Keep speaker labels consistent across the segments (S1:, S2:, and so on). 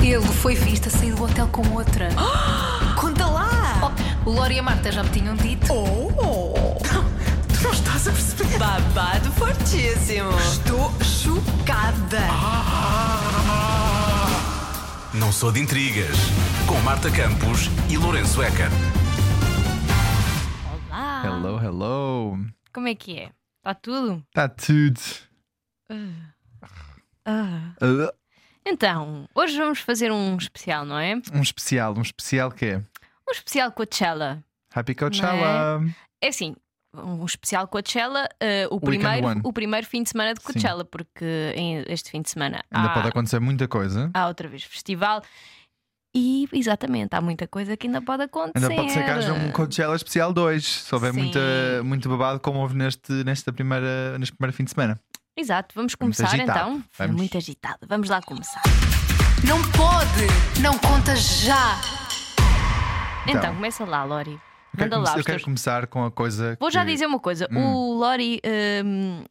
S1: Ele foi visto a sair do hotel com outra.
S2: Conta lá!
S1: Oh, o Lori e a Marta já me tinham dito.
S2: Oh!
S3: Tu não estás a perceber?
S2: Babado fortíssimo!
S3: Estou chocada.
S4: Não sou de intrigas. Com Marta Campos e Lourenço Eker.
S5: Olá!
S6: Hello, hello.
S5: Como é que é? Está tudo?
S6: Tá tudo.
S5: Ah.
S6: Uh,
S5: Então, hoje vamos fazer um especial, não é?
S6: um especial, um especial que é
S5: Um especial Coachella.
S6: Happy Coachella.
S5: É assim, um especial Coachella, eh, o,
S6: Um Weekend
S5: primeiro,
S6: one.
S5: o primeiro fim de semana de
S6: Sim.
S5: Coachella, porque em- este fim de semana
S6: Ainda
S5: há,
S6: pode acontecer muita coisa.
S5: há outra vez festival. E exatamente, há muita coisa que ainda pode acontecer.
S6: Ainda pode ser que haja um Coachella especial 2. Se houver
S5: Sim.
S6: muita, muito babado, como houve neste, nesta primeira, neste primeiro fim de semana.
S5: Exato, vamos
S6: Muito
S5: começar
S6: agitado.
S5: então. Foi
S6: Vamos. Tá
S5: muito agitado. Vamos lá começar.
S1: Não pode! Não conta já!
S5: Então,
S6: Então.
S5: começa lá, Lori.
S6: Eu quero,
S5: Manda
S6: come-
S5: lá
S6: eu
S5: os
S6: quero
S5: teus
S6: começar com a coisa.
S5: Vou já
S6: que-
S5: dizer uma coisa. O Lori hum,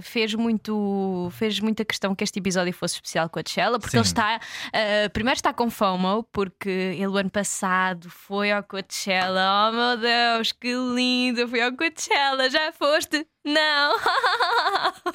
S5: fez muito fez muita questão que este episódio fosse especial com a Coachella, porque
S6: Sim.
S5: ele está ah, primeiro está com FOMO porque ele o ano passado foi ao Coachella. Oh meu Deus, que lindo! Foi ao Coachella, já foste? Não.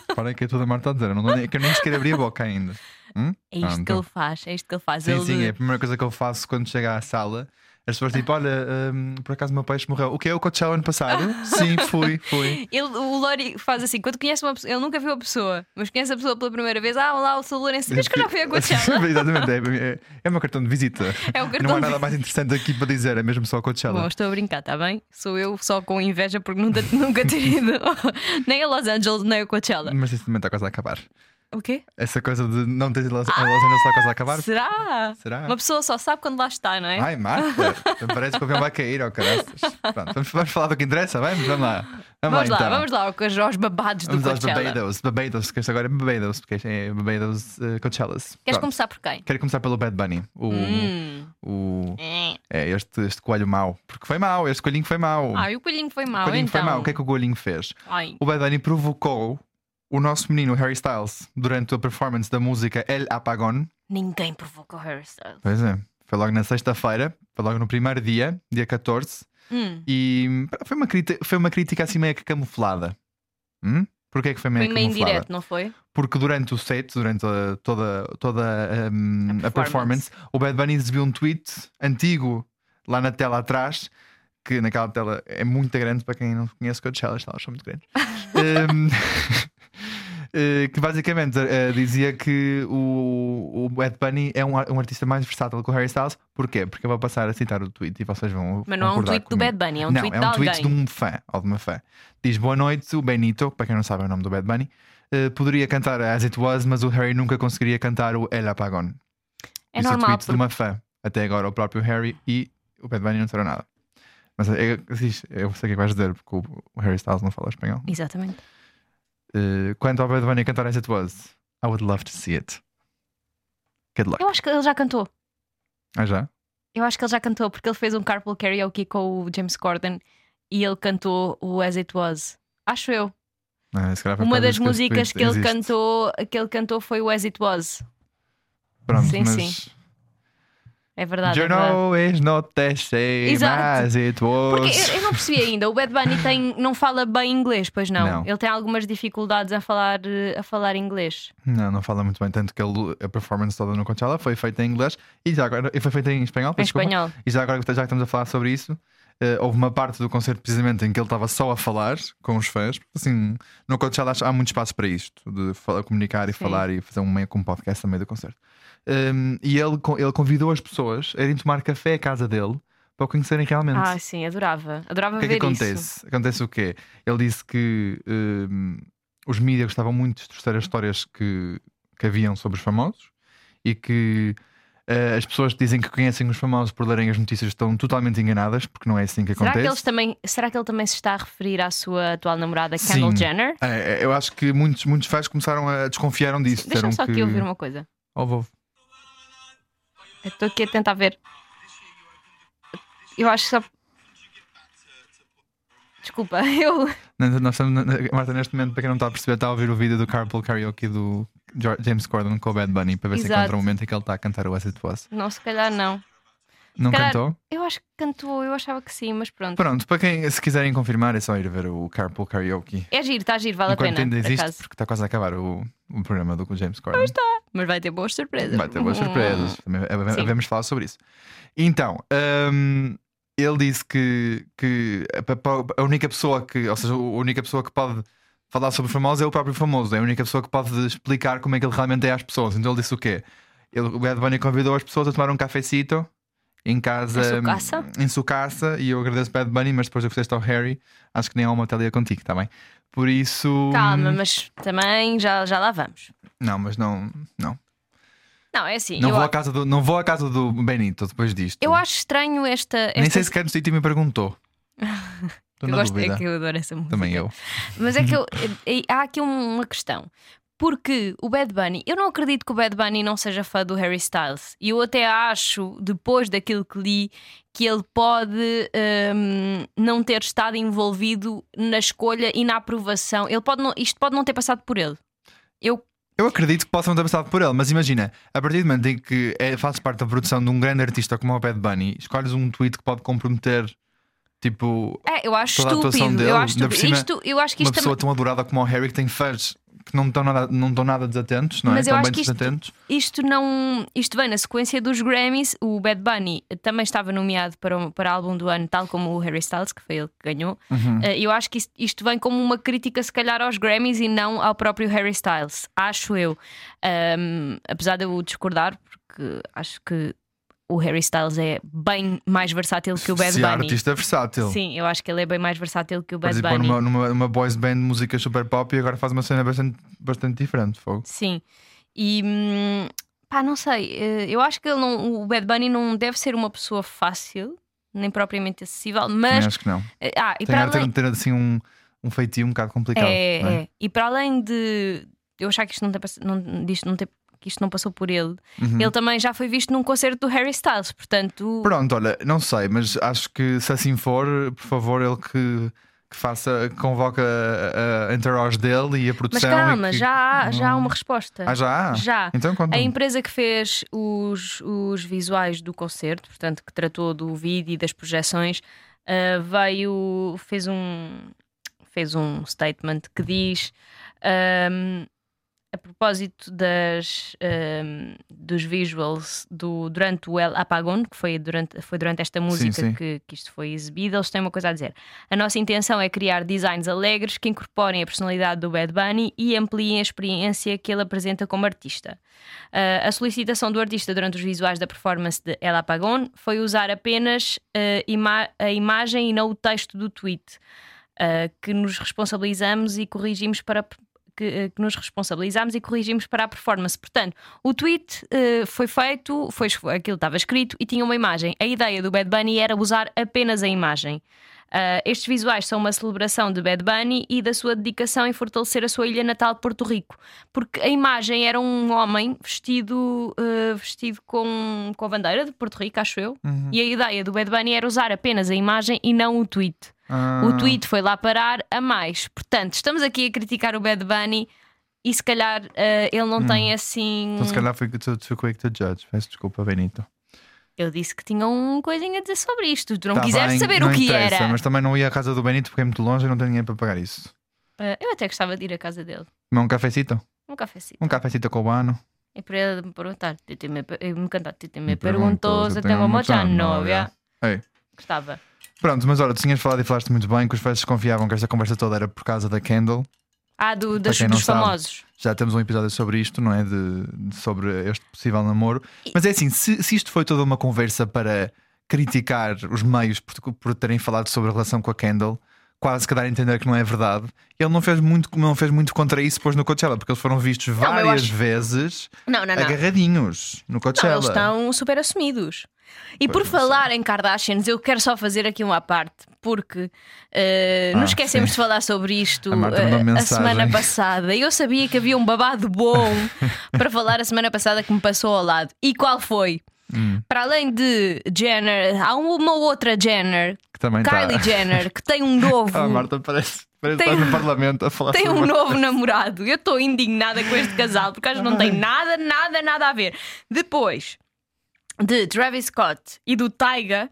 S6: Reparem que é tudo a Marta a dizer. Eu, não, eu nem sequer abri a boca ainda. Hum?
S5: É isto
S6: Pronto.
S5: que ele faz, é isto que ele faz.
S6: Sim,
S5: ele,
S6: sim, é a primeira coisa que eu faço quando chego à sala. As pessoas tipo, olha, hum, por acaso o meu peixe morreu. O que é o Coachella ano passado? sim, fui, fui.
S5: Ele- o Lori faz assim, quando conhece uma pessoa, ele nunca viu a pessoa, mas conhece a pessoa pela primeira vez, ah, olá, eu sou o Lourenço, sabias que eu já fui a Coachella?
S6: Exatamente, é, é, é o meu cartão de visita.
S5: É o cartão
S6: Não
S5: de
S6: há nada mais interessante aqui para dizer, é mesmo só Coachella.
S5: Tá Bom, estou a brincar, está bem? Sou eu só com inveja porque nunca, nunca ter ido nem a Los Angeles, nem a Coachella.
S6: Mas isso também está quase a acabar.
S5: O quê?
S6: Essa coisa de não ter ido a Los
S5: Ah,
S6: a Los Angeles está quase a acabar.
S5: Será?
S6: Será? Ah,
S5: Uma pessoa só sabe quando lá está, não é?
S6: Ai, Marta, parece que o avião vai cair, ó caraças. Pronto, vamos, vamos falar do que interessa, vamos, vamos lá. Vamos,
S5: vamos lá,
S6: então.
S5: vamos lá com os- aos babados
S6: Vamos
S5: do
S6: aos
S5: Coachella.
S6: Barbados, Barbados, que este agora é Barbados, porque este é Barbados eh, Coachellas.
S5: Queres
S6: Pronto. Um.
S5: começar por quem?
S6: Quero começar pelo Bad Bunny, o,
S5: Hum.
S6: o,
S5: É.
S6: é, este, este coelho mau, porque foi mau, este coelhinho foi mau.
S5: Ai, o coelhinho foi
S6: Um. o
S5: mau,
S6: coelhinho
S5: então.
S6: foi mau, o que é que o coelhinho fez?
S5: Ai.
S6: O Bad Bunny provocou o nosso menino Harry Styles durante a performance da música El Apagón.
S5: Ninguém provocou Harry Styles.
S6: Pois é, foi logo na sexta-feira, foi logo no primeiro dia, dia 14,
S5: Hum.
S6: e pá, foi uma, crítica, foi uma crítica assim meio que camuflada. Hum? Porquê é que foi meio
S5: Foi meio
S6: camuflada?
S5: indireto, não foi?
S6: Porque durante o set, durante a- toda, toda hum,
S5: A
S6: a,
S5: performance.
S6: performance, o Bad Bunny exibiu um tweet antigo lá na tela atrás, que naquela tela é muito grande para quem não conhece Coachella, as telas são muito grandes. Hum, eh, que basicamente eh, dizia que o, o Bad Bunny é um, ar- um artista mais versátil que o Harry Styles. Porquê? Porque eu vou passar a citar o tweet e vocês vão.
S5: Mas não é um
S6: concordar
S5: tweet do
S6: comigo.
S5: Bad Bunny, é um
S6: não,
S5: tweet
S6: é um
S5: de
S6: tweet
S5: alguém.
S6: de um fã ou de uma fã. Diz boa noite, o Benito, para quem não sabe é o nome do Bad Bunny. eh, poderia cantar As It Was, mas o Harry nunca conseguiria cantar o El Apagón.
S5: É
S6: Isso é
S5: normal,
S6: tweet de uma fã. Até agora, o próprio Harry e o Bad Bunny não disseram nada. Mas é, existe, eu sei o que é que vais dizer, porque o- o Harry Styles não fala espanhol.
S5: Exatamente.
S6: Eh, quanto ao Bad Bunny cantar As It Was, I would love to see it. Good luck.
S5: Eu acho que ele já cantou.
S6: Ah, já?
S5: Eu acho que ele já cantou, porque ele fez um carpool karaoke com o James Corden e ele cantou o As It Was. Acho eu.
S6: Ah, se calhar foi por
S5: Uma
S6: causa
S5: das
S6: que esse
S5: músicas
S6: tweet
S5: que ele,
S6: existe.
S5: cantou, que ele cantou foi o As It Was.
S6: Pronto,
S5: Sim,
S6: mas...
S5: sim. É verdade. é
S6: You
S5: verdade.
S6: know it's not the same
S5: Exato.
S6: as it was.
S5: Porque eu, eu não percebi ainda. O Bad Bunny tem, não fala bem inglês, pois não.
S6: Não.
S5: Ele tem algumas dificuldades a falar, eh, a falar inglês.
S6: Não, não fala muito bem. Tanto que ele- a performance toda no Coachella foi feita em inglês e já agora e foi feita em espanhol.
S5: Em
S6: desculpa.
S5: espanhol.
S6: E já agora é que já estamos a falar sobre isso, eh, houve uma parte do concerto precisamente em que ele estava só a falar com os fãs. Assim, no Coachella acho- há muito espaço para isto, de falar, comunicar e
S5: Sim.
S6: falar e fazer um meio como podcast no meio do concerto. Um, e ele, co- ele convidou as pessoas a irem tomar café à casa dele para o conhecerem realmente.
S5: Ah, sim, adorava. Adorava
S6: O que é que
S5: ver
S6: acontece?
S5: isso.
S6: Acontece o quê? Ele disse que hum, os mídias gostavam muito de trouxer as histórias que, que haviam sobre os famosos e que eh, as pessoas que dizem que conhecem os famosos por lerem as notícias estão totalmente enganadas, porque não é assim que
S5: Será
S6: acontece.
S5: que, eles também, será que ele também se está a referir à sua atual namorada, Kendall
S6: Sim.
S5: Jenner?
S6: Eh, eh, eu acho que muitos, muitos fãs começaram a desconfiaram disso.
S5: Deixa-me
S6: disseram
S5: só aqui
S6: que... Oh,
S5: ouvir uma coisa.
S6: Ouve, ouve.
S5: Eu Estou aqui a tentar ver. Eu acho que só. Desculpa, eu.
S6: Nós estamos, Marta, neste momento, para quem não está a perceber, está a ouvir o vídeo do Carpool Karaoke do, Jo- James Corden com o Bad Bunny para ver se
S5: Exato.
S6: encontra um momento em que ele está a cantar o As It Was.
S5: Não, se calhar não.
S6: Não
S5: Calhar-
S6: cantou?
S5: Eu acho que cantou, eu achava que sim, mas pronto.
S6: Pronto, para quem se quiserem confirmar, é só ir ver o Carpool Karaoke.
S5: É giro, está giro, vale
S6: Enquanto
S5: a pena.
S6: ainda
S5: por
S6: existe,
S5: acaso.
S6: porque está quase a acabar o, o programa do James Corden.
S5: Mas vai ter boas surpresas.
S6: Vai ter boas
S5: Hum.
S6: surpresas. Também
S5: Sim.
S6: vamos falar sobre isso. Então, hum, ele disse que, que a pa- pa- a única pessoa que, ou seja, a única pessoa que pode falar sobre o famoso é o próprio famoso, é a única pessoa que pode explicar como é que ele realmente é às pessoas. Então ele disse o quê? Ele, o Bad Bunny convidou as pessoas a tomar um cafecito em casa hum,
S5: Em Sucaça?
S6: em Sucaça e eu agradeço Bad Bunny, mas depois do que fizeste ao Harry, acho que nem há uma telia contigo, está bem? Por isso.
S5: Hum. Calma, mas também já, já lá vamos.
S6: Não, mas não. Não.
S5: Não, é assim.
S6: Não
S5: eu,
S6: vou, à
S5: a-
S6: casa do, não vou à casa do Benito depois disto.
S5: eu acho estranho esta.
S6: Nem
S5: esta-
S6: sei se quer no sítio me perguntou. Estou
S5: eu
S6: na
S5: gosto,
S6: dúvida.
S5: é que eu adoro essa música.
S6: Também eu.
S5: Mas é que
S6: Uhum.
S5: eu- é- é- há aqui um- uma questão. Porque o Bad Bunny, eu não acredito que o Bad Bunny não seja fã do Harry Styles. E eu até acho, depois daquilo que li, que ele pode hum, não ter estado envolvido na escolha e na aprovação. Ele pode não- isto pode não ter passado por ele. Eu,
S6: Eu acredito que possam ter passado por ele, mas imagina, a partir do momento em que é, fazes parte da produção de um grande artista como o Bad Bunny, escolhes um tweet que pode comprometer, tipo,
S5: é, eu acho
S6: Toda a atuação
S5: estúpido. eu
S6: dele,
S5: acho
S6: ainda por
S5: estúpido.
S6: cima,
S5: Isto, eu acho que
S6: uma
S5: isto também-
S6: pessoa tão adorada como o Harry que tem fãs que não estão nada, não estão nada desatentos, não
S5: Mas
S6: é?
S5: eu
S6: Estão
S5: acho
S6: bem
S5: que isto-
S6: desatentos.
S5: isto não. Isto vem na sequência dos Grammys. O Bad Bunny também estava nomeado para, o- para álbum do ano, tal como o Harry Styles, que foi ele que ganhou.
S6: Uhum.
S5: Eh, Eu acho que isto, isto vem como uma crítica, se calhar, aos Grammys e não ao próprio Harry Styles. Acho eu. Ahm, apesar de eu discordar, porque acho que o Harry Styles é bem mais versátil que o Bad
S6: Se há
S5: Bunny.
S6: artista versátil.
S5: Sim, eu acho que ele é bem mais versátil que o Bad
S6: Participou
S5: Bunny.
S6: numa, numa, numa boys band de música super pop e agora faz uma cena bastante, bastante diferente, fogo.
S5: Sim. E hum, pá, não sei. eh, Eu acho que ele não, o Bad Bunny não deve ser uma pessoa fácil, nem propriamente acessível,
S6: Também
S5: mas.
S6: acho que não.
S5: eh, Ah, e
S6: Tem
S5: para
S6: a ter,
S5: além.
S6: ter assim um, um feitio um bocado complicado.
S5: É,
S6: não é?
S5: é. E para além de eu achar que isto não tem pass- não, disto não tem- que isto não passou por ele, ele também já foi visto num concerto do Harry Styles, portanto.
S6: Uhum. Pronto, olha, não sei, mas acho que se assim for, por favor, ele que, que faça, que convoca a, a entourage dele e a
S5: Mas
S6: produção. e
S5: calma,
S6: que-
S5: já, há, já há uma resposta.
S6: um Ah, já? há?
S5: Já.
S6: Então conta.
S5: A empresa que fez os, os visuais do concerto, portanto, que tratou do vídeo e das projeções, ah, veio. fez um. fez um statement que diz. ahm, a propósito das, ahm, dos visuals do, durante o El Apagón, que foi durante, foi durante esta música
S6: sim.
S5: Que, que isto foi exibido, eles têm uma coisa a dizer. A nossa intenção é criar designs alegres que incorporem a personalidade do Bad Bunny e ampliem a experiência que ele apresenta como artista. Ah, a solicitação do artista durante os visuais da performance de El Apagón foi usar apenas ah, ima- a imagem e não o texto do tweet, ah, que nos responsabilizamos e corrigimos para. Que, ah, que nos responsabilizamos e corrigimos para a performance. Portanto, o tweet ah, foi feito, foi, esf- aquilo estava escrito e tinha uma imagem. A ideia do Bad Bunny era usar apenas a imagem. Ah, estes visuais são uma celebração de Bad Bunny e da sua dedicação em fortalecer a sua ilha natal de Porto Rico, porque a imagem era um homem vestido, ah, vestido com, com a bandeira de Porto Rico, acho eu. E a ideia do Bad Bunny era usar apenas a imagem e não o tweet.
S6: Ah,
S5: O tweet foi lá parar a mais. Portanto, estamos aqui a criticar o Bad Bunny e se calhar ah, ele não tem assim.
S6: Então, se calhar fui too, too quick to judge. Peço desculpa, Benito.
S5: Eu disse que tinha um coisinho a dizer sobre isto. Tu não
S6: Tá
S5: quiseres
S6: bem,
S5: saber
S6: não
S5: o que
S6: interessa,
S5: era.
S6: Mas também não ia à casa do Benito porque é muito longe e não tenho dinheiro para pagar isso.
S5: Ah, eu até gostava de ir à casa dele.
S6: Mas um cafecito?
S5: Um cafezinho.
S6: Um cafecito cubano.
S5: E para ele me perguntar, Titi me, pe- eh, me cantar, Titi me,
S6: Me
S5: perguntou
S6: perguntou
S5: se eu tenho uma mocha
S6: novia.
S5: novia.
S6: Ei.
S5: Gostava.
S6: Pronto, mas olha, tu tinhas falado e falaste muito bem que os fãs desconfiavam que esta conversa toda era por causa da Kendall.
S5: Ah, do, das-
S6: quem não
S5: dos
S6: sabe.
S5: famosos.
S6: Já temos um episódio sobre isto, não é? De, de- sobre este possível namoro. Mas é assim, se, se isto foi toda uma conversa para criticar os meios por, por terem falado sobre a relação com a Kendall, quase que dar a entender que não é verdade, ele não fez muito, não fez muito contra isso depois no Coachella, porque eles foram vistos
S5: mas eu
S6: várias
S5: acho-
S6: vezes
S5: Não, não, não.
S6: agarradinhos no
S5: Não,
S6: Coachella.
S5: eles estão super assumidos. E por
S6: não
S5: falar em Kardashians, eu quero só fazer aqui uma parte, porque eh,
S6: Ah,
S5: nos esquecemos
S6: sim.
S5: de falar sobre isto
S6: A Marta mandou
S5: eh, a
S6: mensagem.
S5: semana passada. Eu sabia que havia um babado bom para falar a semana passada que me passou ao lado. E qual foi?
S6: Hum.
S5: Para além de Jenner, há uma outra Jenner,
S6: Que também tá.
S5: Kylie Jenner, que tem um novo.
S6: Ah, Marta, parece, Parece que
S5: Tem- um-
S6: estás no Parlamento a falar
S5: Tem
S6: sobre
S5: um
S6: uma-
S5: novo namorado. Eu estou indignada com este casal porque acho que não tem nada, nada, nada a ver. Depois de Travis Scott e do Tyga,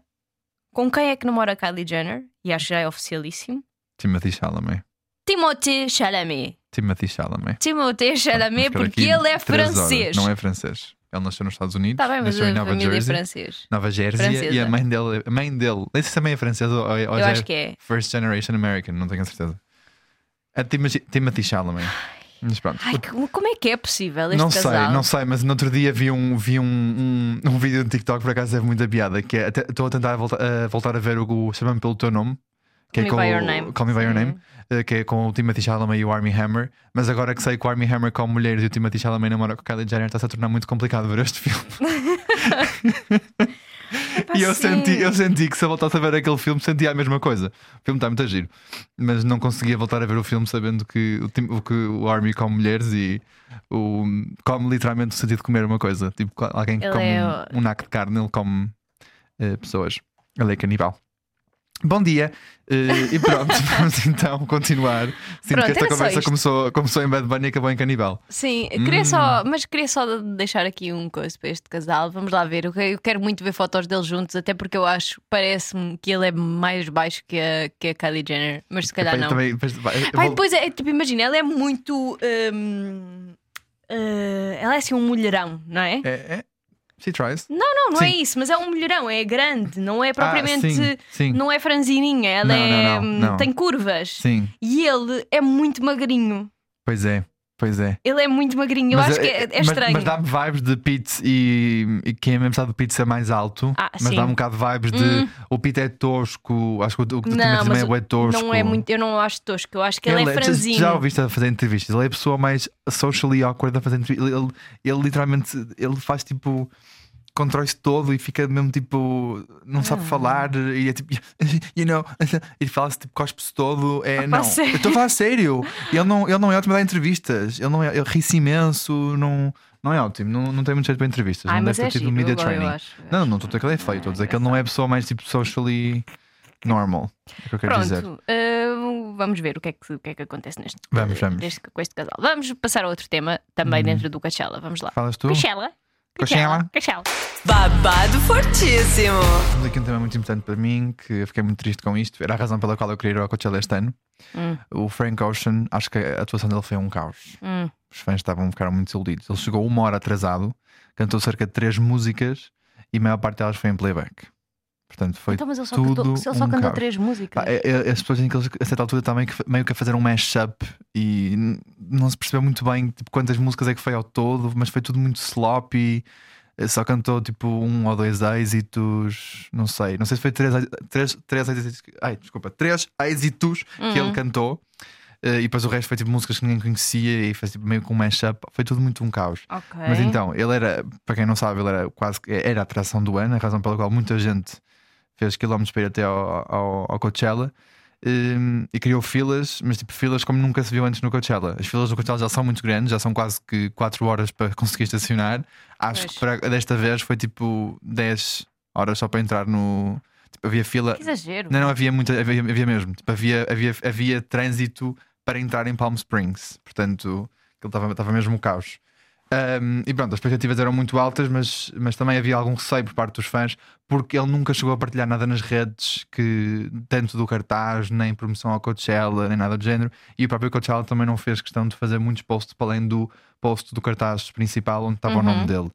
S5: com quem é que namora Kylie Jenner? E acho que já é oficialíssimo.
S6: Timothy Chalamet.
S5: Timothée Chalamet.
S6: Timothy Chalamet.
S5: Timothée
S6: Vamos
S5: Chalamet,
S6: ficar
S5: porque
S6: Ah, aqui
S5: ele é
S6: três horas.
S5: francês.
S6: Não é francês. Ele nasceu nos Estados Unidos.
S5: Está bem, mas
S6: nasceu em
S5: a
S6: Nova
S5: família é
S6: Jersey.
S5: francês.
S6: Nova Jersey e
S5: Francesa.
S6: a mãe dele. A mãe dele. Não sei se também é francesa ou, ou
S5: Eu
S6: já
S5: acho que é.
S6: First Generation American, não tenho a certeza. É Timothy, Timothy Chalamet. Mas pronto.
S5: Ai, como como é que é possível este
S6: não sei,
S5: casal?
S6: não sei, mas no outro dia vi um, vi um, um, um vídeo no TikTok, por acaso teve muita piada, que é até- estou a tentar volta- a voltar a ver o, o Chama-me pelo teu nome, que é
S5: Call
S6: com
S5: Me By
S6: o-
S5: Your Name.
S6: Call Me By Your Name, eh, que é com o Timothy Chalamet e o Army Hammer, mas agora que sei que o Army Hammer com mulheres e o Timothy Chalamet namora com Kylie Jenner, está-se a tornar muito complicado ver este filme.
S5: Epá,
S6: E eu
S5: Ah, sim.
S6: senti, eu senti que se eu voltasse a ver aquele filme, sentia a mesma coisa. O filme está muito a giro, mas não conseguia voltar a ver o filme sabendo que o, tim- o que o Army come mulheres e o, come literalmente o sentido de comer uma coisa. Tipo, co- alguém que
S5: Ele
S6: come
S5: é
S6: um, um naco de carne, ele come eh, pessoas. Ele é canibal. Bom dia, eh, e pronto, vamos então continuar. Sinto
S5: Pronto,
S6: que esta
S5: era só
S6: conversa
S5: isto.
S6: começou, começou em Bad Bunny e acabou em canibal.
S3: Sim, queria
S6: Hum.
S3: só, mas queria só deixar aqui um coisa para este casal. Vamos lá ver. Eu que- eu quero muito ver fotos deles juntos, até porque eu acho, parece-me que ele é mais baixo que a, que a Kylie Jenner, mas se calhar
S6: Epá, eu
S3: não.
S6: também- depois- vai, eu
S5: Pai,
S6: vou-
S5: depois é tipo, imagina, ela é muito. hum, eh, ela é assim um mulherão, não é?
S6: É, é, she tries.
S5: Não, não é
S6: Sim. Ah,
S5: isso, mas é um mulherão, é grande, não é propriamente.
S6: sim, sim.
S5: Não é franzininha, ela
S6: Não,
S5: é,
S6: não, não,
S5: hum,
S6: não.
S5: tem curvas.
S6: Sim,
S5: E ele é muito magrinho.
S6: pois é, pois é.
S5: Ele é muito magrinho, eu
S6: Mas
S5: acho que é, é
S6: mas-
S5: estranho.
S6: Mas, dá-me vibes de Pete e, e quem é mesmo sabe do Pete ser mais alto.
S5: Ah,
S6: mas
S5: sim. Hum.
S6: dá um bocado de vibes de o Pete é tosco. Acho que o, o que tu
S5: Não,
S6: também
S5: mas
S6: é tosco.
S5: não é muito, eu não acho tosco, eu acho que ele, é
S6: tu-
S5: franzinho.
S6: tu já ouviste a fazer entrevistas? Ele é a pessoa mais socially awkward a fazer entrevistas. Ele, ele- ele literalmente ele faz tipo. Constrói-se todo e fica mesmo tipo. Não
S5: Ah.
S6: sabe falar e é tipo. You know. E fala-se tipo, cospe-se todo. É, não.
S5: Ah, sério?
S6: Eu estou a falar sério. Ele não, ele não é ótimo a dar entrevistas. Ele, não é, ele ri-se imenso. Não, não é ótimo. Não, não tem muito jeito para entrevistas.
S5: Ai,
S6: não
S5: mas
S6: deve ter
S5: é
S6: tido um
S5: giro,
S6: media
S5: eu- eu
S6: training.
S5: acho- eu
S6: não, não, não estou a dizer que ele é feio. Estou a dizer que ele não é a pessoa mais tipo socially normal. É o que eu quero dizer.
S5: Pronto, eh, vamos ver o que é que, o que, é que acontece neste,
S6: Vamos, vamos.
S5: deste- com este casal. Vamos passar a outro tema também dentro do Coachella. Vamos lá.
S6: Falas tu?
S5: Coachella.
S6: Coachella.
S5: Coachella.
S2: Babado fortíssimo.
S6: Temos aqui um tema muito importante para mim, que eu fiquei muito triste com isto. Era a razão pela qual eu queria ir ao Coachella este ano. O Frank Ocean, acho que a atuação dele foi um caos.
S5: Hum.
S6: Os fãs estavam ficaram muito desiludidos. Ele chegou uma hora atrasado, cantou cerca de três músicas e a maior parte delas foi em playback. Portanto, foi
S5: Então, mas ele só
S6: tudo
S5: cantou, se ele só
S6: um
S5: cantou
S6: caos.
S5: três
S6: Pá,
S5: músicas.
S6: é- é- as pessoas têm aqueles que, a certa altura também que, meio que a fazer um mashup e n- não se percebeu muito bem tipo, quantas músicas é que foi ao todo, mas foi tudo muito sloppy. Eh, Só cantou tipo um ou dois êxitos, não sei, não sei se foi três, êx- três, três êxitos, que- ai, desculpa, três êxitos que
S5: Uhum. Hum.
S6: ele cantou. Eh, e depois o resto foi tipo músicas que ninguém conhecia e fez tipo, meio com um mashup. Foi tudo muito um caos.
S5: Ok.
S6: Mas então, ele era, para quem não sabe, ele era quase que- era a atração do ano, a razão pela qual muita gente fez quilómetros para ir até ao, ao, ao Coachella hum, e criou filas, mas tipo filas como nunca se viu antes no Coachella. As filas do Coachella já são muito grandes, já são quase que 4 horas para conseguir estacionar. Acho que para- desta vez foi tipo 10 horas só para entrar no. Tipo, havia fila.
S5: Que exagero.
S6: Não, não havia muita, havia, havia mesmo. Tipo, havia, havia, havia trânsito para entrar em Palm Springs. Portanto, aquilo estava estava mesmo um caos. Um, e pronto, as expectativas eram muito altas, mas, mas também havia algum receio por parte dos fãs, porque ele nunca chegou a partilhar nada nas redes, que tanto do cartaz, nem promoção ao Coachella, nem nada do género. E o próprio Coachella também não fez questão de fazer muitos posts para além do post do cartaz principal onde estava o nome dele.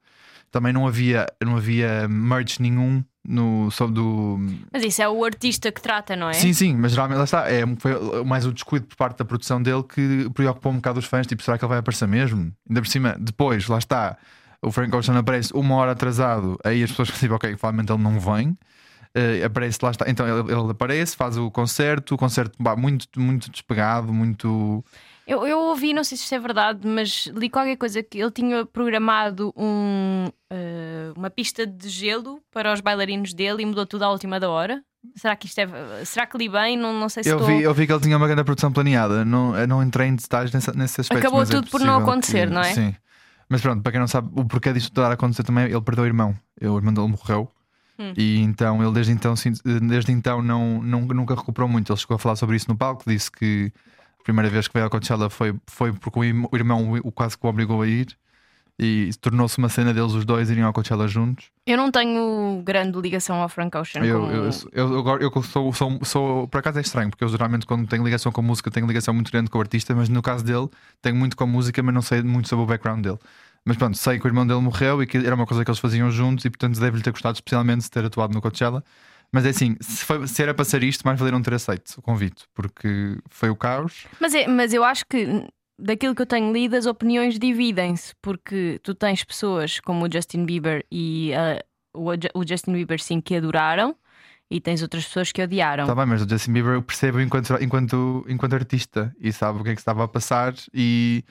S6: Também não havia, não havia merch nenhum no, sobre do,
S5: Mas isso é o artista que trata, não é?
S6: Sim, sim, mas geralmente lá está. É, foi mais o descuido por parte da produção dele que preocupou um bocado os fãs. Tipo, será que ele vai aparecer mesmo? Ainda por cima, depois, lá está. O Frank Ocean aparece uma hora atrasado. Aí as pessoas ficam, tipo, ok, provavelmente ele não vem. Eh, aparece lá está. Então ele, ele aparece, faz o concerto. O concerto bah, muito, muito despegado, muito.
S5: Eu, eu ouvi, não sei se isto é verdade, mas li qualquer coisa que ele tinha programado um, eh, uma pista de gelo para os bailarinos dele e mudou tudo à última da hora. Será que isto é. Será que li bem? Não, não sei se
S6: Eu
S5: estou.
S6: vi, eu vi que ele tinha uma grande produção planeada. Não, eu não entrei em detalhes nessa- nesse, aspecto.
S5: Acabou
S6: mas é
S5: tudo por não
S6: possível
S5: acontecer,
S6: que-
S5: não é?
S6: Sim. Mas pronto, para quem não sabe, o porquê disto estar a acontecer também, ele perdeu o irmão. O irmão dele morreu.
S5: Hum.
S6: E então ele desde então, sim- desde então não, não- nunca recuperou muito. Ele chegou a falar sobre isso no palco, disse que a primeira vez que veio ao Coachella foi, foi porque o im- o irmão o quase que o obrigou a ir e tornou-se uma cena deles os dois irem ao Coachella juntos.
S5: Eu não tenho grande ligação ao Frank Ocean.
S6: Eu,
S5: como-
S6: eu, eu, eu, agora- eu sou, sou, sou- por acaso é estranho, porque eu geralmente quando tenho ligação com a música tenho ligação muito grande com o artista, mas no caso dele tenho muito com a música, mas não sei muito sobre o background dele. Mas pronto, sei que o irmão dele morreu e que era uma coisa que eles faziam juntos e portanto deve-lhe ter gostado especialmente de ter atuado no Coachella. Mas é assim, se, foi- se era para ser isto, mais valer não ter aceito o convite, porque foi o caos.
S5: Mas, é- mas eu acho que n- daquilo que eu tenho lido, as opiniões dividem-se, porque tu tens pessoas como o Justin Bieber e ah, o, Ju- o Justin Bieber sim que adoraram, e tens outras pessoas que odiaram.
S6: Está Tá bem, mas o Justin Bieber eu percebo enquanto, enquanto, enquanto artista e sabe o que é que estava a passar e,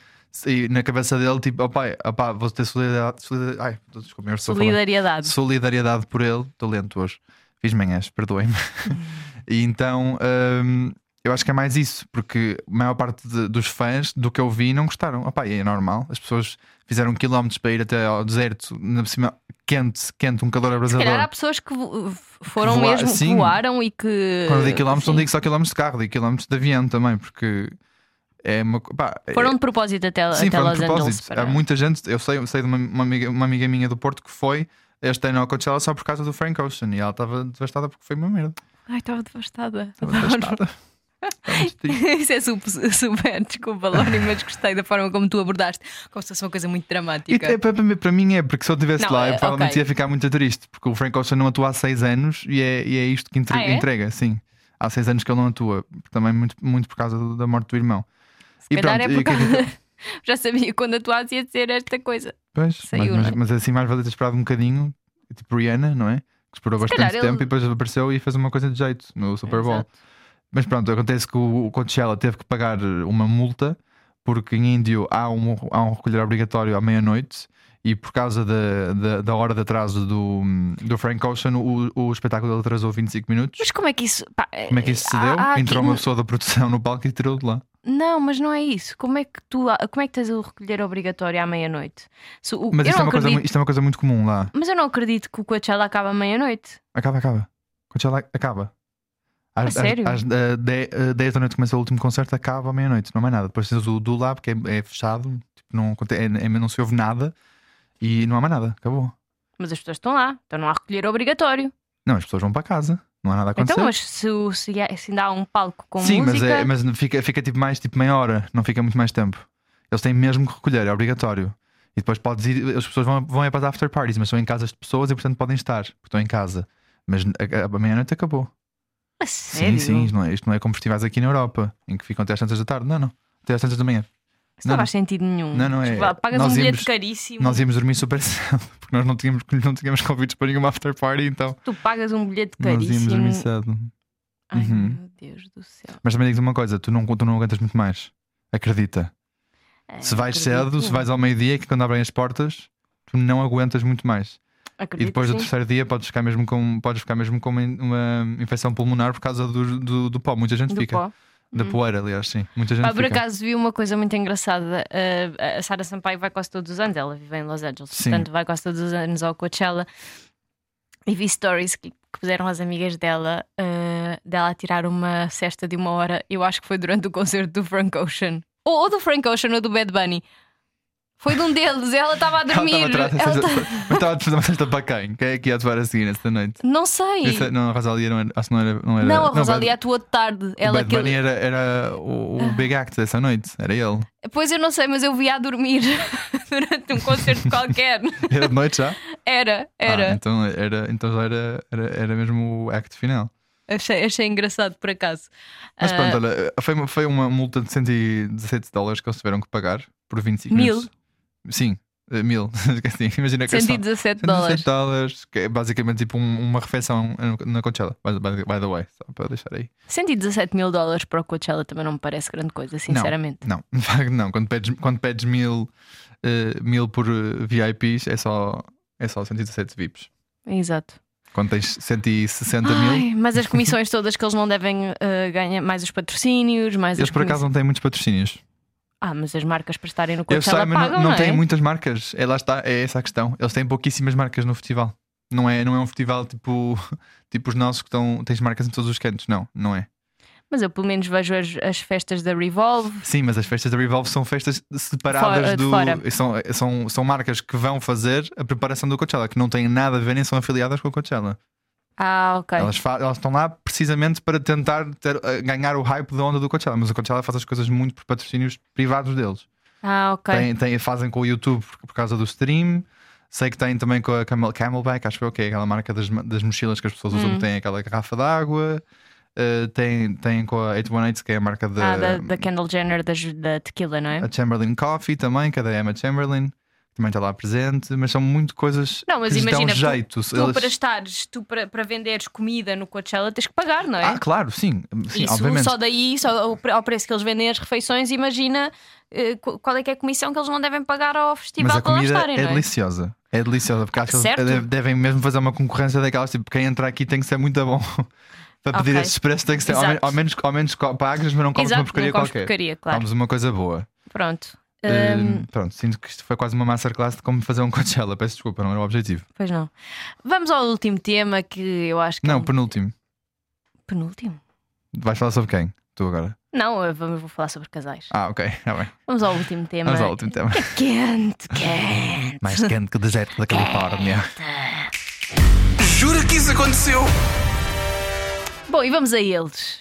S6: e na cabeça dele, tipo, opá, opá, vou ter solidariedade. solidariedade ai, desculpa, eu estou a falar.
S5: Solidariedade.
S6: Solidariedade por ele, estou lento hoje. Fiz manhãs, perdoem-me.
S5: Hum.
S6: e então hum, eu acho que é mais isso, porque a maior parte de- dos fãs do que eu vi não gostaram. Opá, e é normal, as pessoas fizeram quilómetros para ir até ao deserto, na por cima quente, quente, um calor
S5: Se calhar há
S6: abrasador.
S5: pessoas que vo- foram
S6: Que voa-
S5: mesmo, que
S6: sim.
S5: voaram e que.
S6: Quando eu digo quilómetros, não
S5: Eh, sim,
S6: digo só quilómetros de carro, digo quilómetros de avião também, porque é uma. co- Pá, é-
S5: Foram de propósito até,
S6: Sim,
S5: até
S6: foi um
S5: Los Angeles.
S6: propósito.
S5: Para...
S6: Há muita gente, eu sei, eu sei de uma, uma amiga, uma amiga minha do Porto que foi este ano ao Coachella só por causa do Frank Ocean e ela estava devastada porque foi uma merda.
S5: Ai, estava devastada.
S6: Estava devastada. Estava muito triste.
S5: Isso é super, super desculpa, Lóni, mas gostei da forma como tu abordaste, como se fosse uma coisa muito
S6: E
S5: dramática.
S6: até para, mim- para mim é, porque se eu estivesse
S5: Não,
S6: lá,
S5: é,
S6: eu provavelmente
S5: ok.
S6: ia ficar muito triste, porque o Frank Ocean não atua há seis anos e é, e é isto que entre-
S5: Ah, é?
S6: entrega, sim. Há seis anos que ele não atua, também muito, muito por causa do- da morte do irmão. e
S5: calhar é
S6: e o que é que
S5: por causa- Já sabia quando atuasse ia dizer esta coisa.
S6: Pois,
S5: Saiu,
S6: mas,
S5: não é?
S6: mas, mas assim mais vale ter esperado um bocadinho, tipo Rihanna, não é? Que esperou
S5: calhar
S6: bastante
S5: ele-
S6: tempo e depois apareceu e fez uma coisa de jeito no Super Bowl.
S5: Exato.
S6: Mas pronto, acontece que o o Coachella teve que pagar eh, uma multa porque em Índio há um, há um recolher obrigatório à meia-noite e por causa da, da, da hora de atraso do, do Frank Ocean, o, o espetáculo dele atrasou 25 minutos.
S5: Mas como é que isso. pá,
S6: Como é que isso se deu?
S5: há- há
S6: Entrou
S5: aqui- um
S6: uma pessoa da produção no palco e tirou de lá.
S5: Não, mas não é isso. Como é que tu. Como é que tens o recolher obrigatório à meia-noite? Se o-
S6: Mas
S5: eu
S6: isto é,
S5: não
S6: uma coisa,
S5: acredito-
S6: mu- isto é uma coisa muito comum lá.
S5: Mas eu não acredito que o Coachella acaba à meia-noite.
S6: Acaba, acaba. Coachella acaba. Às,
S5: A
S6: às-
S5: sério?
S6: às, eh, de- eh, 10 da noite começa o último concerto, acaba à meia-noite, não há mais nada. Depois tens o do lab, que é, é fechado, tipo, não, conte- é- é- não se ouve nada e não há mais nada, acabou.
S5: Mas as pessoas estão lá, então não há recolher obrigatório.
S6: Não, as pessoas vão para casa, não há nada a acontecer.
S5: Então, mas se, o- se há- se ainda há um palco com
S6: Sim, mas,
S5: música.
S6: é- mas fica, fica tipo mais tipo meia hora, não fica muito mais tempo. Eles têm mesmo que recolher, é obrigatório. E depois podes ir, as pessoas vão, vão é para as after parties, mas são em casas de pessoas e portanto podem estar, porque estão em casa. Mas a, a- a meia-noite acabou.
S5: A
S6: é Sim,
S5: sério?
S6: sim, isto não, é, isto não é como festivais aqui na Europa, em que ficam até às tantas da tarde. Não, não, até às tantas da manhã.
S5: Isso não,
S6: Não,
S5: faz sentido nenhum.
S6: Não, não é.
S5: Tipo, Pagas
S6: Nós
S5: um bilhete
S6: íamos-
S5: caríssimo.
S6: Nós íamos dormir super cedo, porque nós não tínhamos, não tínhamos convites para nenhuma after party, então
S5: Tu pagas um bilhete
S6: nós íamos
S5: caríssimo.
S6: dormir cedo.
S5: Ai,
S6: Uhum.
S5: meu Deus do céu.
S6: Mas também digo-te uma coisa: tu não, tu não aguentas muito mais. Acredita.
S5: É,
S6: Se vais
S5: acredito
S6: cedo,
S5: sim.
S6: se vais ao meio-dia, que é quando abrem as portas, tu não aguentas muito mais.
S5: Acredito
S6: e depois
S5: sim.
S6: do terceiro dia podes ficar mesmo com, podes ficar mesmo com uma, in- uma infecção pulmonar por causa do, do, do pó. Muita gente
S5: do
S6: fica.
S5: pó. Hum.
S6: Da poeira, aliás, sim. Muita gente
S5: Pá, por
S6: fica.
S5: acaso vi uma coisa muito engraçada. Uh, a Sara Sampaio vai quase todos os anos, ela vive em Los Angeles,
S6: Sim.
S5: portanto vai quase todos os anos ao Coachella. E vi stories que, que puseram as amigas dela, uh, dela a tirar uma cesta de uma hora, eu acho que foi durante o concerto do Frank Ocean. Ou, ou do Frank Ocean ou do Bad Bunny. Foi de um deles, ela estava a
S6: Ela
S5: dormir.
S6: estava atrás, ou
S5: ela tá-
S6: seja,
S5: ta-
S6: mas estava a fazer uma certa para quem? Quem é que ia atuar a seguir nesta noite?
S5: Não sei.
S6: Essa- não, a Rosalia não era. Acho que não, era, é- não, era,
S5: Não, a Rosalia
S6: Bad-
S5: atuou de tarde.
S6: o
S5: Ela é
S6: Bad
S5: que... Ah.
S6: Bunny era, era o, o big act dessa noite, era ele.
S5: Pois eu não sei, mas eu vi a dormir durante um concerto qualquer.
S6: Era de noite já?
S5: Era, era.
S6: Ah, então era, então já era, era, era mesmo o act final.
S5: Achei, achei engraçado por acaso.
S6: Mas
S5: Ah,
S6: pronto, olha, foi, uma- foi uma multa de 117 dólares que eles tiveram que pagar por 25
S5: Mil?
S6: minutos. Sim, eh, mil. Esqueci, Imagina que é só-
S5: 117
S6: 117
S5: dólares.
S6: dólares, que é basicamente tipo um- uma refeição na Coachella, by, by- by the way, só para deixar aí.
S5: 117 mil dólares para o Coachella também não me parece grande coisa, sinceramente.
S6: Não, de facto não. Quando pedes, quando pedes mil, eh, mil por eh, VIPs, é só, é só 117 VIPs.
S5: Exato.
S6: Quando tens 160 mil,
S5: Ai, mas as comissões todas que eles não devem ah, ganhar, mais os patrocínios, mais
S6: eles
S5: as
S6: por
S5: comiss-
S6: acaso não têm muitos patrocínios.
S5: Ah, mas as marcas para estarem no
S6: Eu sei,
S5: Coachella
S6: mas
S5: pagam,
S6: não, não
S5: é?
S6: têm muitas marcas. É, lá está, é essa a questão. Eles têm pouquíssimas marcas no festival. Não é, não é um festival tipo, tipo os nossos que estão, tens marcas em todos os cantos. Não, não é.
S5: Mas eu pelo menos vejo as, as festas da Revolve.
S6: Sim, mas as festas da Revolve são festas separadas
S5: Fora- de
S6: do.
S5: fora.
S6: São, são, são marcas que vão fazer a preparação do Coachella, que não têm nada a ver nem são afiliadas com o Coachella.
S5: Ah, ok.
S6: Elas, fa- elas estão lá precisamente para tentar ter- eh, ganhar o hype da onda do Coachella, mas o Coachella faz as coisas muito por patrocínios privados deles.
S5: Ah, ok.
S6: Tem- tem- fazem com o YouTube por, por causa do stream. Sei que tem também com a Camel, Camelback, acho que é o que aquela marca das, ma- das mochilas que as pessoas
S5: Uhum.
S6: usam, que tem aquela garrafa d'água. Eh, tem, tem com a 818, que é a marca da,
S5: Ah, da, da Kendall Jenner da, ju- da tequila, não é?
S6: a Chamberlain Coffee também, que é da Emma Chamberlain, que também está lá presente, mas são muito coisas
S5: Não, mas
S6: que lhes
S5: imagina,
S6: dão jeito.
S5: Tu
S6: Eles-
S5: para estares, tu para, para venderes comida no Coachella tens que pagar, não é?
S6: Ah, claro, sim, sim
S5: Isso
S6: obviamente.
S5: só daí, só ao pre- ao preço que eles vendem as refeições, imagina eh, qu- qual é que é a comissão que eles não devem pagar ao festival
S6: Mas a
S5: para lá
S6: comida
S5: estarem,
S6: é
S5: não é?
S6: deliciosa. É deliciosa, porque acho que
S5: certo.
S6: eles deve- devem mesmo fazer uma concorrência daquelas, tipo, quem entrar aqui tem que ser muito bom. Para pedir
S5: Ok.
S6: esses preços tem que ser ao,
S5: Exato.
S6: men- ao menos, ao menos co- pagas, mas não comes
S5: Exato,
S6: uma porcaria
S5: não comes
S6: qualquer.
S5: porcaria, claro.
S6: Comes uma coisa boa.
S5: Pronto. Hum,
S6: Hum, pronto, sinto que isto foi quase uma masterclass de como fazer um Coachella. Peço desculpa, não era o objetivo.
S5: pois não.
S3: Vamos ao último tema que eu acho que é
S6: Não,
S3: um
S6: penúltimo.
S5: Penúltimo.
S6: Vais falar sobre quem? Tu agora.
S5: Não, eu vou, vou falar sobre casais.
S6: Ah, ok, está bem.
S5: Vamos ao último tema.
S6: Vamos ao último tema.
S5: Quente, quente.
S6: Mais quente que o deserto da Califórnia.
S4: Jura que isso aconteceu?
S5: Bom, e vamos a eles.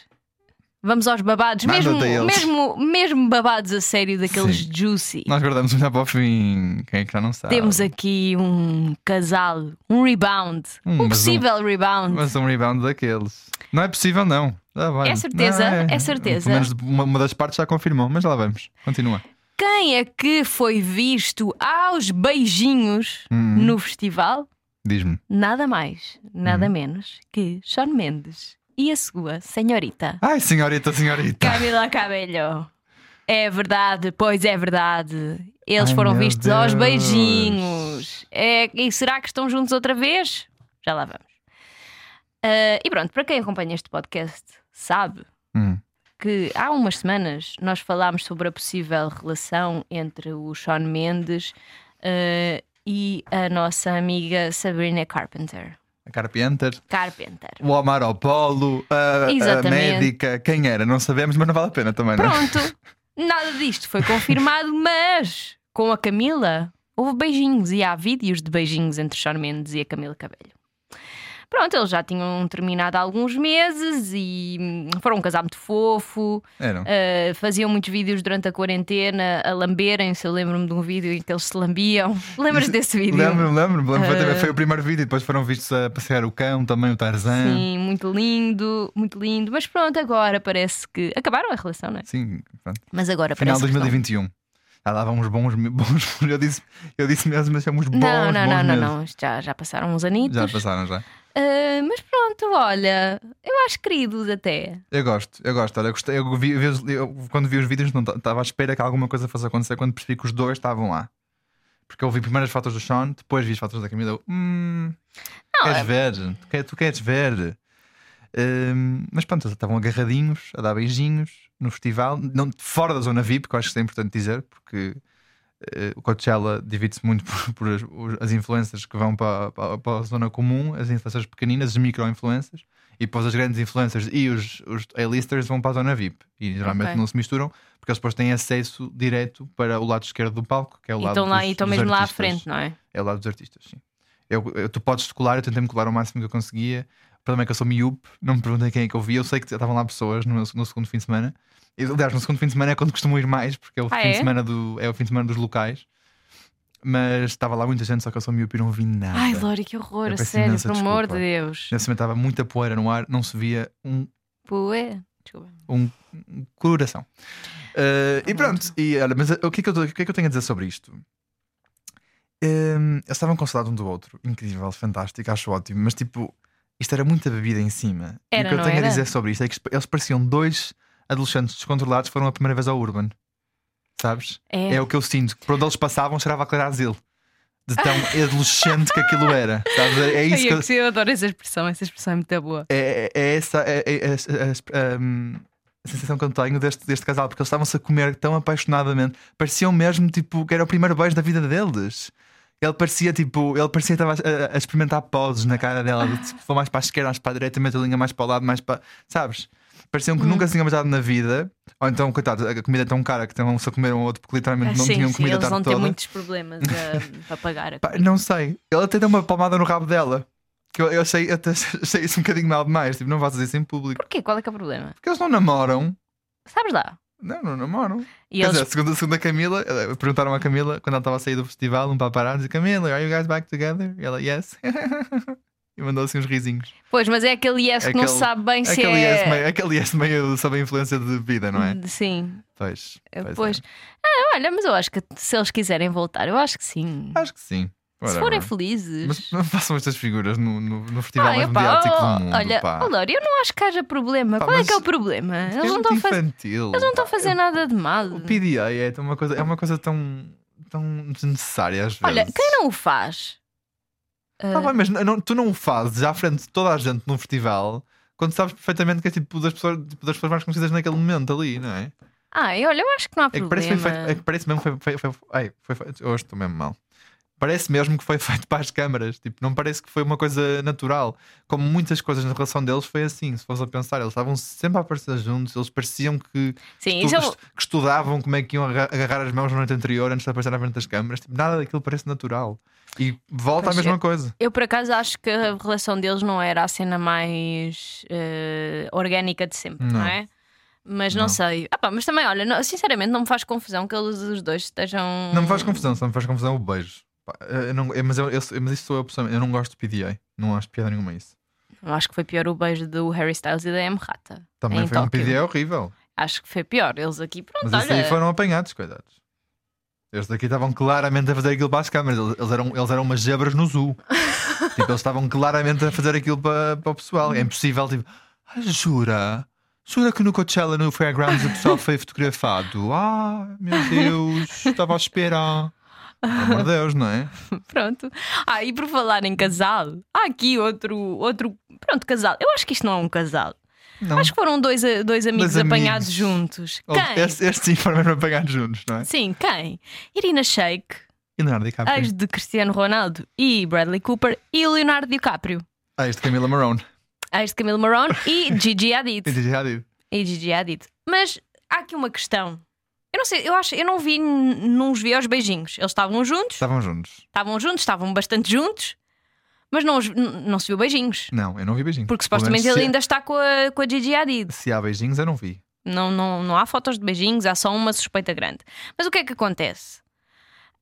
S5: Vamos aos babados,
S6: Manda-te
S5: mesmo,
S6: a eles.
S5: mesmo, mesmo babados a sério daqueles
S6: Sim.
S5: juicy.
S6: Nós guardamos melhor para o fim. Quem é que já não sabe?
S5: Temos aqui um casal, um rebound,
S6: Hum,
S5: um
S6: mas
S5: possível rebound.
S6: Mas um rebound daqueles. Não é possível, não. Lá vai.
S5: É certeza,
S6: Não,
S5: é certeza.
S6: Pelo menos uma, uma das partes já confirmou, mas lá vamos. Continua.
S5: Quem é que foi visto aos beijinhos
S6: Hum.
S5: no festival?
S6: Diz-me.
S5: Nada mais,
S6: Hum.
S5: nada menos que Sean Mendes e a sua senhorita
S6: Ai, senhorita, senhorita.
S5: Camila Cabello. É verdade, pois é verdade. Eles
S6: Ai,
S5: foram
S6: meu
S5: vistos aos
S6: Deus.
S5: beijinhos. É, e será que estão juntos outra vez? Já lá vamos. Ah, e pronto, para quem acompanha este podcast, sabe
S6: Hum.
S5: que há umas semanas nós falámos sobre a possível relação entre o Sean Mendes eh, e a nossa amiga Sabrina Carpenter.
S6: A Carpenter,
S5: Carpenter.
S6: o Omar ao Polo, a, a
S5: Exatamente.
S6: médica, quem era? Não sabemos, mas não vale a pena também, não é?
S5: Pronto, nada disto foi confirmado, mas com a Camila houve beijinhos e há vídeos de beijinhos entre Sean Mendes e a Camila Cabelho. Pronto, eles já tinham terminado há alguns meses e hum, foram um casal muito fofo.
S6: Eram.
S5: Uh, faziam muitos vídeos durante a quarentena a lamberem-se. Eu lembro-me de um vídeo em que eles se lambiam. Lembras desse vídeo? Ah.
S6: Lembro-me, lembro-me. lembro-me, foi também- Foi o primeiro vídeo e depois foram vistos a passear o cão, também o Tarzan.
S5: Sim, muito lindo, muito lindo. Mas pronto, agora parece que. Acabaram a relação, não é?
S6: Sim, pronto.
S5: Mas agora
S6: Final de
S5: parece. que estão.
S6: 2021. Já dava uns bons, me- bons eu disse, eu disse mesmo, mas são uns bons,
S5: Não, não,
S6: bons
S5: não, não,
S6: meses.
S5: não. Isto Já, já passaram uns anitos.
S6: Já passaram já.
S5: Uh, mas pronto, olha, eu acho queridos até.
S6: Eu gosto, eu gosto. Olha, eu gostei, eu vi- eu vi os- eu- quando vi os vídeos, não estava à espera que alguma coisa fosse acontecer quando percebi que os dois estavam lá. Porque eu vi primeiro as fotos do Sean, depois vi as fotos da Camila. Eu, hum, tu queres ver? Tu, que- tu queres ver? Hum, mas pronto, eles estavam agarradinhos, a dar beijinhos no festival, não, fora da zona VIP, que eu acho que isso é importante dizer, porque eh, o Coachella divide-se muito por, por as, os- as influências que vão para, para, para a zona comum, as influências pequeninas, as micro-influências, e depois as grandes influências e os, os A-listers vão para a zona VIP. E geralmente
S5: Ok.
S6: não se misturam, porque eles depois têm acesso direto para o lado esquerdo do palco, que é o
S5: E
S6: lado
S5: estão lá
S6: dos-
S5: e estão
S6: dos
S5: mesmo lá à
S6: artistas.
S5: frente, não é?
S6: É o lado dos artistas, sim. Eu, eu- tu podes te colar, eu tentei me colar o máximo que eu conseguia. O problema é que eu sou miúpe, não me perguntei quem é que eu vi. Eu sei que estavam lá pessoas no, meu- no segundo fim de semana. E, aliás, no segundo fim de semana é quando costumo ir mais, porque é o,
S5: Ah,
S6: fim,
S5: é?
S6: de semana do, é o fim de semana dos locais. Mas estava lá muita gente, só que eu sou miúpe e não vi nada.
S3: Ai, Lori, que horror,
S6: Ah, Eu
S3: a
S6: peço
S3: sério,
S6: imensa
S3: pelo amor de
S6: desculpa.
S3: Deus.
S6: Nesse momento estava muita poeira no ar, não se via um,
S5: Pô, é. Desculpa.
S6: um, um coração. Eh,
S5: Tá
S6: e pronto, e, olha, mas eh, o que, é que eu, tô- o que é que eu tenho a dizer sobre isto? Hum, eles estavam consolados um do outro, incrível, fantástico, acho ótimo, mas tipo, isto era muita bebida em cima. e
S5: Era,
S6: o que eu
S5: não
S6: tenho
S5: era?
S6: a dizer sobre isto é que eles pareciam dois adolescentes descontrolados que foram a primeira vez ao Urban. Sabes?
S5: É.
S6: o que eu sinto. Por onde eles passavam, cheirava a claro asilo. De tão adolescente que aquilo era. Sabes? É, é isso
S3: Ai,
S6: que eu,
S3: é que eu adoro essa expressão, essa expressão é muito boa.
S6: é, é- é essa é- é- é- é- é- hum, a sensação que eu tenho deste, deste casal, porque eles estavam-se a comer tão apaixonadamente, pareciam mesmo tipo que era o primeiro beijo da vida deles. Ele parecia tipo, ele parecia que estava a, a- a experimentar poses na cara dela. de, Tipo, vou mais para a esquerda, mais para a direita, meto a linha mais para o lado, mais para. Sabes? Pareciam que
S5: Hum.
S6: nunca se tinham beijado na vida. Ou então, coitado, a comida é tão cara que estão só a comer um outro porque literalmente não
S5: Ah, sim,
S6: tinham
S5: sim,
S6: comida a
S5: eles
S6: tarde
S5: vão ter
S6: toda.
S5: muitos problemas ah, para pagar. a
S6: Pá, não sei. Ele até deu uma palmada no rabo dela. Que eu, eu achei, eu até achei isso um bocadinho mal demais. Tipo, não faças isso em público.
S5: Porquê? Qual é que é o problema?
S6: Porque eles não namoram.
S5: Sabes lá.
S6: Não, não namoram.
S5: E
S6: Quer
S5: eles
S6: dizer, segundo, segundo a Camila, eh, perguntaram à Camila quando ela estava a sair do festival, um paparazzo, e Camila, are you guys back together? E ela, yes. e mandou assim uns risinhos.
S5: Pois, mas é aquele yes
S6: É
S5: que não
S6: aquele-
S5: se sabe bem se
S6: Aquele yes,
S5: é.
S6: meio, aquele yes meio sob a influência de bebida, não é?
S5: Sim,
S6: Pois.
S5: pois.
S6: é.
S5: Ah, olha, mas eu acho que se eles quiserem voltar, eu acho que sim.
S6: Acho que sim.
S5: se
S6: Ah, Whatever.
S5: forem felizes.
S6: Mas não façam estas figuras no, no, no festival
S5: Ah,
S6: mais
S5: opá,
S6: mediático
S5: oh,
S6: do mundo.
S5: olha,
S6: pá.
S5: oh, Laura, eu não acho que haja problema.
S6: Pá,
S5: Qual é
S6: mas-
S5: que é o problema?
S6: É
S5: Eles não
S6: muito
S5: estão a fazer.
S6: infantil.
S5: Eles não estão a fazer nada de mal.
S6: O PDA é tão uma coisa, é uma coisa tão, tão desnecessária às vezes.
S5: Olha, quem não o faz? Ah.
S6: Tá bem, mas não- tu não o fazes à frente de toda a gente num festival quando sabes perfeitamente que é tipo das pessoas, tipo, das pessoas mais conhecidas naquele momento ali, não é?
S5: Ai, olha, eu acho que não há
S6: É que
S5: problema.
S6: parece, que foi feito, é que parece mesmo que foi, foi, foi, ai, foi feito. Hoje estou mesmo mal. Parece mesmo que foi feito para as câmaras. Tipo, não parece que foi uma coisa natural. Como muitas coisas na relação deles foi assim. Se fosse a pensar, eles estavam sempre a aparecer juntos, eles pareciam que
S5: Sim,
S6: estu-
S5: isso é o-
S6: estu- que estudavam como é que iam aga- agarrar as mãos na noite anterior antes de aparecer na frente das câmaras. Tipo, nada daquilo parece natural. E volta
S5: Pois
S6: à mesma
S5: é.
S6: coisa.
S5: Eu por acaso acho que a relação deles não era a cena mais eh, orgânica de sempre, não,
S6: Não.
S5: é? Mas não,
S6: Não.
S5: sei. Ah, pá, mas também, olha, não- sinceramente não me faz confusão que eles os dois estejam.
S6: Não me faz confusão, só me faz confusão o beijo. Pá, eu não- eu- mas, eu, eu- mas isso sou eu pessoalmente. Eu não gosto de PDA. Não acho piada nenhuma isso.
S5: Eu Acho que foi pior o beijo do Harry Styles e da M. Rata.
S6: Também
S5: Em
S6: foi um
S5: Tóquio.
S6: PDA horrível.
S5: Acho que foi pior. Eles aqui, pronto,
S6: Mas esses
S5: olha.
S6: aí foram apanhados, coitados. Estes daqui estavam claramente a fazer aquilo para as câmaras. Eles, eles eram, eles eram umas zebras no zoo. tipo, eles estavam claramente a fazer aquilo para, para o pessoal. É impossível, tipo, "Ah, jura? Jura que no Coachella, no Fairgrounds, o pessoal foi fotografado? Ah, meu Deus, estava a esperar. Pelo amor de Deus, não é?
S5: Pronto. Ah, e por falar em casal, há aqui outro, outro. Pronto, casal. Eu acho que isto não é um casal.
S6: Não.
S5: Acho que foram dois, a- dois amigos Oh, apanhados
S6: amigos.
S5: juntos.
S6: Ou-
S5: Quem?
S6: Estes estes sim foram mesmo apanhados juntos, não é?
S5: Sim, quem? Irina Shayk,
S6: E Leonardo DiCaprio.
S5: ex de Cristiano Ronaldo e Bradley Cooper, e Leonardo DiCaprio,
S6: Ah, este Camila Marone.
S5: ex de Camilo Marone e Gigi Hadid.
S6: Entendi, já digo.
S5: e Gigi Hadid. Mas há aqui uma questão. Eu não sei, eu acho, eu não vi, n- não os vi aos beijinhos. Eles estavam juntos,
S6: Estavam juntos.
S5: estavam juntos, estavam bastante juntos, mas não, os- n- não se viu beijinhos.
S6: Não, eu não vi beijinhos.
S5: Porque
S6: Pelo menos
S5: supostamente ele
S6: se-
S5: ainda está com a, com a Gigi Hadid.
S6: Se há beijinhos, eu não vi.
S5: Não, não, não há fotos de beijinhos, há só uma suspeita grande. Mas o que é que acontece?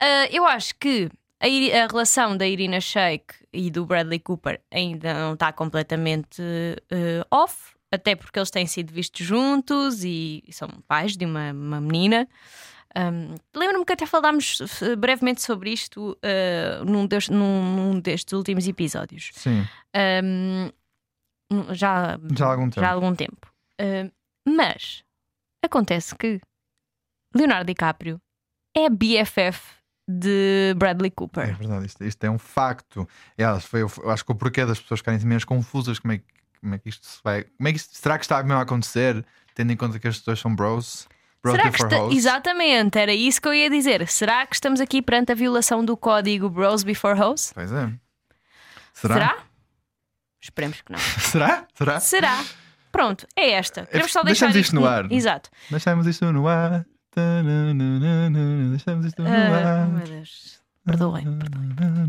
S5: Ah, eu acho que a, Iri- a relação da Irina Shayk e do Bradley Cooper ainda não está completamente eh, off, até porque eles têm sido vistos juntos e são pais de uma, uma menina. Ahm, Lembro-me que até falámos eh, brevemente sobre isto eh, num, des- num- num destes últimos episódios.
S6: Sim.
S5: Ahm, um, já
S6: Já há algum tempo.
S5: já há algum tempo. Ah, mas acontece que Leonardo DiCaprio é BFF de Bradley
S6: É
S5: Cooper.
S6: verdade, isto, isto é um facto. E, aliás, foi, eu acho que o porquê das pessoas ficarem assim menos confusas, como é, que, como é que isto se vai. Como é que isto, será que está mesmo a acontecer, tendo em conta que estes dois são bros? Bros
S5: Será que
S6: before
S5: esta-
S6: hoes?
S5: Exatamente, era isso que eu ia dizer. Será que estamos aqui perante a violação do código Bros Before Hoes?
S6: Pois é. Será?
S5: Será? Esperemos que não.
S6: Será? Será?
S5: Será? Pronto, é esta. Queremos só deixar
S6: Deixamos isto no ar.
S5: Exato.
S6: Deixamos isto no ar. Tananana, Deixamos isto no
S5: Ah,
S6: ar.
S5: meu Deus. Perdoem.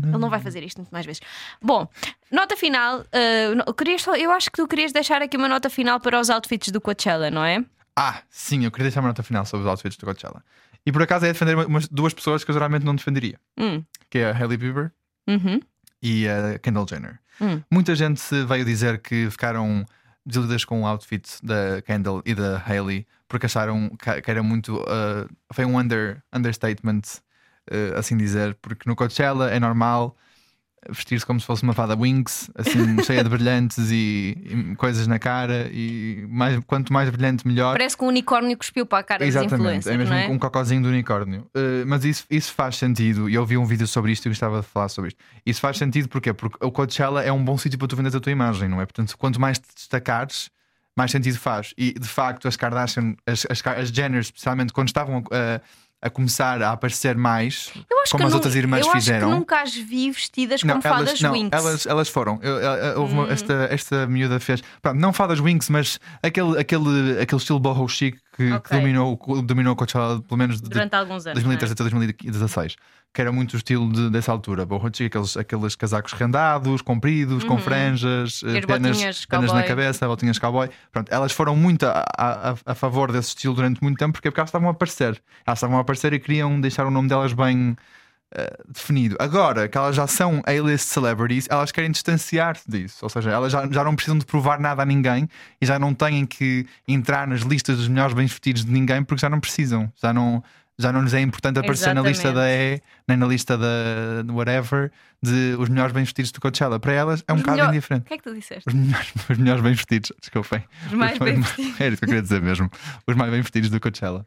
S5: Ele não vai fazer isto muito mais vezes. Bom, nota final. ah, no- querias só- eu acho que tu querias deixar aqui uma nota final para os outfits do Coachella, não é?
S6: Ah, sim, eu queria deixar uma nota final sobre os outfits do Coachella. E por acaso é defender uma- umas, duas pessoas que eu geralmente não defenderia,
S5: Hum.
S6: que é a Hailey Bieber
S5: Uhum.
S6: e a Kendall Jenner.
S5: Hum.
S6: Muita gente se veio dizer que ficaram desiludidas com o outfit da Kendall e da Hailey porque acharam que que era muito. uh, foi um under, understatement, uh, assim dizer, porque no Coachella é normal vestir-se como se fosse uma fada Wings, assim, cheia de brilhantes e, e coisas na cara, e mais, quanto mais brilhante, melhor.
S5: Parece que um unicórnio cuspiu para a cara dos
S6: Exatamente,
S5: influencers,
S6: é mesmo
S5: não é?
S6: um cocozinho do unicórnio. Uh, mas isso, isso faz sentido, e eu vi um vídeo sobre isto e gostava de falar sobre isto. Isso faz sentido porquê? Porque o Coachella é um bom sítio para tu venderes a tua imagem, não é? Portanto, quanto mais te destacares, mais sentido faz. E de facto, as Kardashian, as, as, Ka- as Jenner, especialmente quando estavam a, a começar a aparecer mais,
S5: Eu acho
S6: como
S5: que
S6: as
S5: nu-
S6: outras irmãs
S5: eu
S6: fizeram.
S5: Acho que nunca as vi vestidas como fadas
S6: elas,
S5: Tipo um
S6: não,
S5: Winx. Hum.
S6: elas, elas foram. Eu- eu- eu- houve uma- esta, esta miúda fez. Pronto, não fadas Winx, mas aquele, aquele, aquele estilo boho chic que, que
S5: Ok.
S6: dominou, dominou o Coachella, pelo menos de
S5: Durante alguns anos. não é?
S6: 2013 até 2016, que era muito o estilo de- dessa altura. Boho chic, aqueles, aqueles casacos rendados, compridos, com franjas, eh,
S5: E Uhum. as botinhas
S6: penas, penas na
S5: cowboy.
S6: cabeça, botinhas cowboy. Pronto, elas foram muito a, a- a- a favor desse estilo durante muito tempo porque, porque elas estavam a aparecer. Elas estavam a aparecer e queriam deixar o nome delas bem definido. Agora que elas já são A-list celebrities, elas querem distanciar-se disso. Ou seja, elas já, já não precisam de provar nada a ninguém e já não têm que entrar nas listas dos melhores bem vestidos de ninguém porque já não precisam. Já não, já não lhes é importante aparecer na lista da E, nem na lista da de whatever, de os melhores bem vestidos do Coachella. Para elas é um
S5: Os
S6: bocado
S5: melhor-
S6: indiferente.
S5: O que é que tu disseste?
S6: Os melhores, os melhores bem vestidos, desculpem.
S5: Os mais bem vestidos.
S6: Era isso que eu queria dizer mesmo. Os mais bem vestidos do Coachella.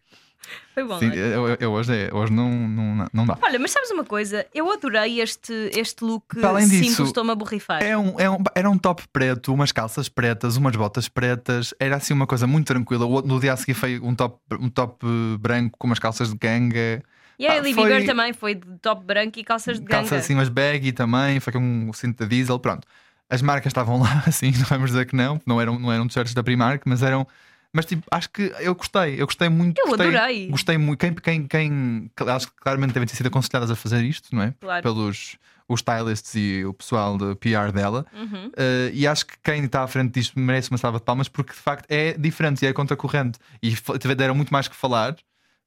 S5: Foi bom.
S6: Sim,
S5: não é?
S6: eu, eu hoje, é- hoje não, não, não dá.
S5: Olha, mas sabes uma coisa? Eu adorei este, este look
S6: Para além disso,
S5: simples, estou-me a borrifar.
S6: É um, é um- era um top preto, umas calças pretas, umas botas pretas, era assim uma coisa muito tranquila. O outro- No dia a seguir foi um top, um top eh, branco com umas calças de ganga,
S5: E a
S6: pá,
S5: Ellie
S6: foi-
S5: Bieber também foi de top branco e calças de ganga.
S6: calças assim, umas baggy também, foi com um cinto de diesel, pronto. As marcas estavam lá, assim, não vamos dizer que não, não eram, não eram t-shirts da Primark, mas eram. Mas tipo, acho que eu gostei, eu gostei muito.
S5: Eu
S6: gostei,
S5: adorei.
S6: Gostei muito. Quem, quem, quem, elas claramente devem ter sido aconselhadas a fazer isto, não é?
S5: Claro.
S6: Pelos os stylists e o pessoal de PR dela.
S5: Uhum.
S6: Uh, e acho que quem está à frente disto merece uma salva de palmas porque de facto é diferente e é contracorrente. E fa- tiver- deram muito mais que falar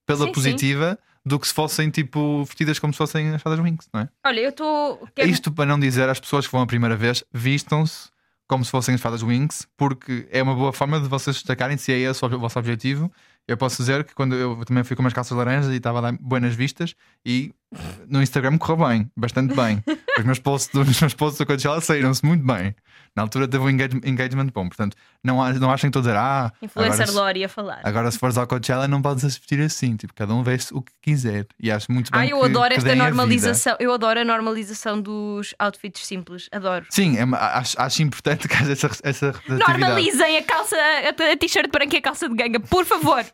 S6: pela
S5: Sim, sim.
S6: positiva do que se fossem tipo vestidas como se fossem as fadas Winx, não é?
S5: Olha, eu estou.
S6: É Isto para não dizer às pessoas que vão a primeira vez, vistam-se como se fossem as fadas Winx, porque é uma boa forma de vocês destacarem se é esse o vosso objetivo. Eu posso dizer que quando eu também fui com umas calças laranjas e estava a dar buenas vistas e eh, no Instagram correu bem, bastante bem. Os meus posts, do- os meus posts da Coachella saíram-se muito bem. Na altura teve um engage- engagement bom, portanto, não, a- não achem que estou a dizer, ah,
S5: Influencer
S6: agora, se-
S5: Lori a falar.
S6: agora se fores ao Coachella não podes assistir assim, tipo, cada um veste o que quiser. E acho muito bem
S5: Ah, eu
S6: que-
S5: adoro
S6: que
S5: esta
S6: deem a vida.
S5: normalização. Eu adoro a normalização dos outfits simples. Adoro.
S6: Sim, é uma- acho, acho importante que haja essa, essa representatividade.
S5: Normalizem a calça, a, a t-shirt branca e a calça de ganga, por favor.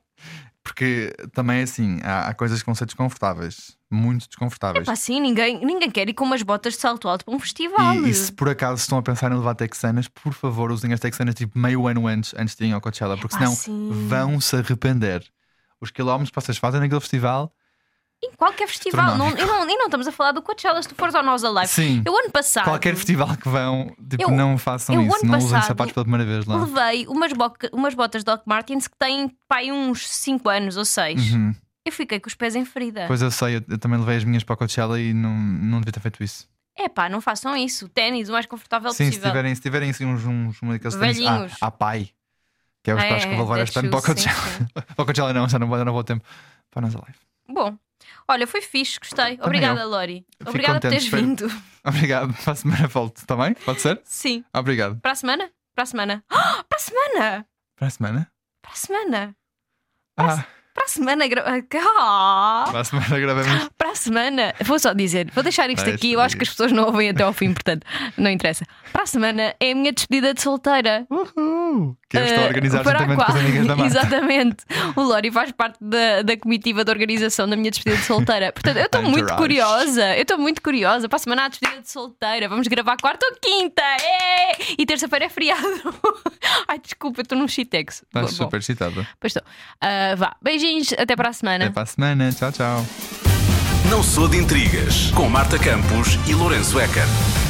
S6: Porque também é assim, há, há coisas que vão ser desconfortáveis, muito desconfortáveis.
S5: Pá, assim, ninguém, ninguém quer ir com umas botas de salto alto para um festival.
S6: E, e se por acaso estão a pensar em levar texanas, por favor, usem as texanas tipo meio ano antes, antes de irem ao Coachella, porque
S5: Ah,
S6: senão
S5: sim.
S6: vão se arrepender. Os quilómetros que vocês fazem naquele festival,
S5: Em qualquer festival. Não, e,
S6: é Astronómico.
S5: não, e não estamos a falar do Coachella, se tu fores ao Nós Alive.
S6: Sim.
S5: Eu ano passado.
S6: qualquer festival que vão, tipo,
S5: Eu-
S6: não façam
S5: eu
S6: isso,
S5: ano
S6: não usem
S5: passado
S6: sapatos pela primeira vez lá.
S5: Levei umas, boca- umas botas Doc Martens que têm pai uns 5 anos ou 6.
S6: Uhum.
S5: Eu fiquei com os pés em ferida.
S6: Pois eu sei, eu, eu também levei as minhas para o Coachella e não, não devia ter feito isso.
S5: É pá, não façam isso. Ténis, o mais confortável
S6: Sim, se
S5: é possível.
S6: tiverem, se tiverem assim, uns, uns, uns daqueles tênis
S5: Velhinhos.
S6: à, à pai, que é os
S5: Ah,
S6: pais que eu vou levar
S5: é,
S6: este ano para o
S5: that shoes,
S6: Coachella.
S5: sim, sim.
S6: Para o Coachella não, já não vou, já não vou a tempo. Para nós a live.
S5: Bom, olha, foi fixe, gostei. Obrigada, Lori.
S6: Fico
S5: Obrigada por
S6: contente,
S5: teres
S6: espero-
S5: vindo.
S6: Obrigado, para a semana volto, está bem? Pode ser?
S5: Sim.
S6: Obrigado.
S5: Para a semana? Para a semana. Ah, para a semana!
S6: Para a semana?
S5: Para a semana!
S6: Ah,
S5: Para a semana. gra- Ah,
S6: para a semana gravamos.
S3: Para a semana, vou só dizer, vou deixar isto
S6: Deixa,
S3: aqui, eu acho que as
S6: deixa.
S3: pessoas não ouvem até ao fim, portanto, não interessa. Para a semana é a minha despedida de solteira.
S6: Uhul! Que eu estou a
S3: Eh,
S6: organizar
S3: para a
S6: juntamente com as
S3: qual-
S6: amigas da Marta.
S3: Exatamente. O Lori faz parte da, da comitiva de organização da minha despedida de solteira. Portanto, eu estou muito
S6: Entourage.
S3: curiosa. Eu estou muito curiosa. Para a semana há a despedida de solteira. Vamos gravar quarta ou quinta. É! E terça-feira é feriado. Ai, desculpa, estou num chitex.
S6: Estás
S3: Bom,
S6: super excitada.
S3: Pois estou. Ah, vá. Beijinhos, até para a semana.
S6: Até para a semana. Tchau, tchau.
S4: Não sou de intrigas com Marta Campos e Lourenço Eker.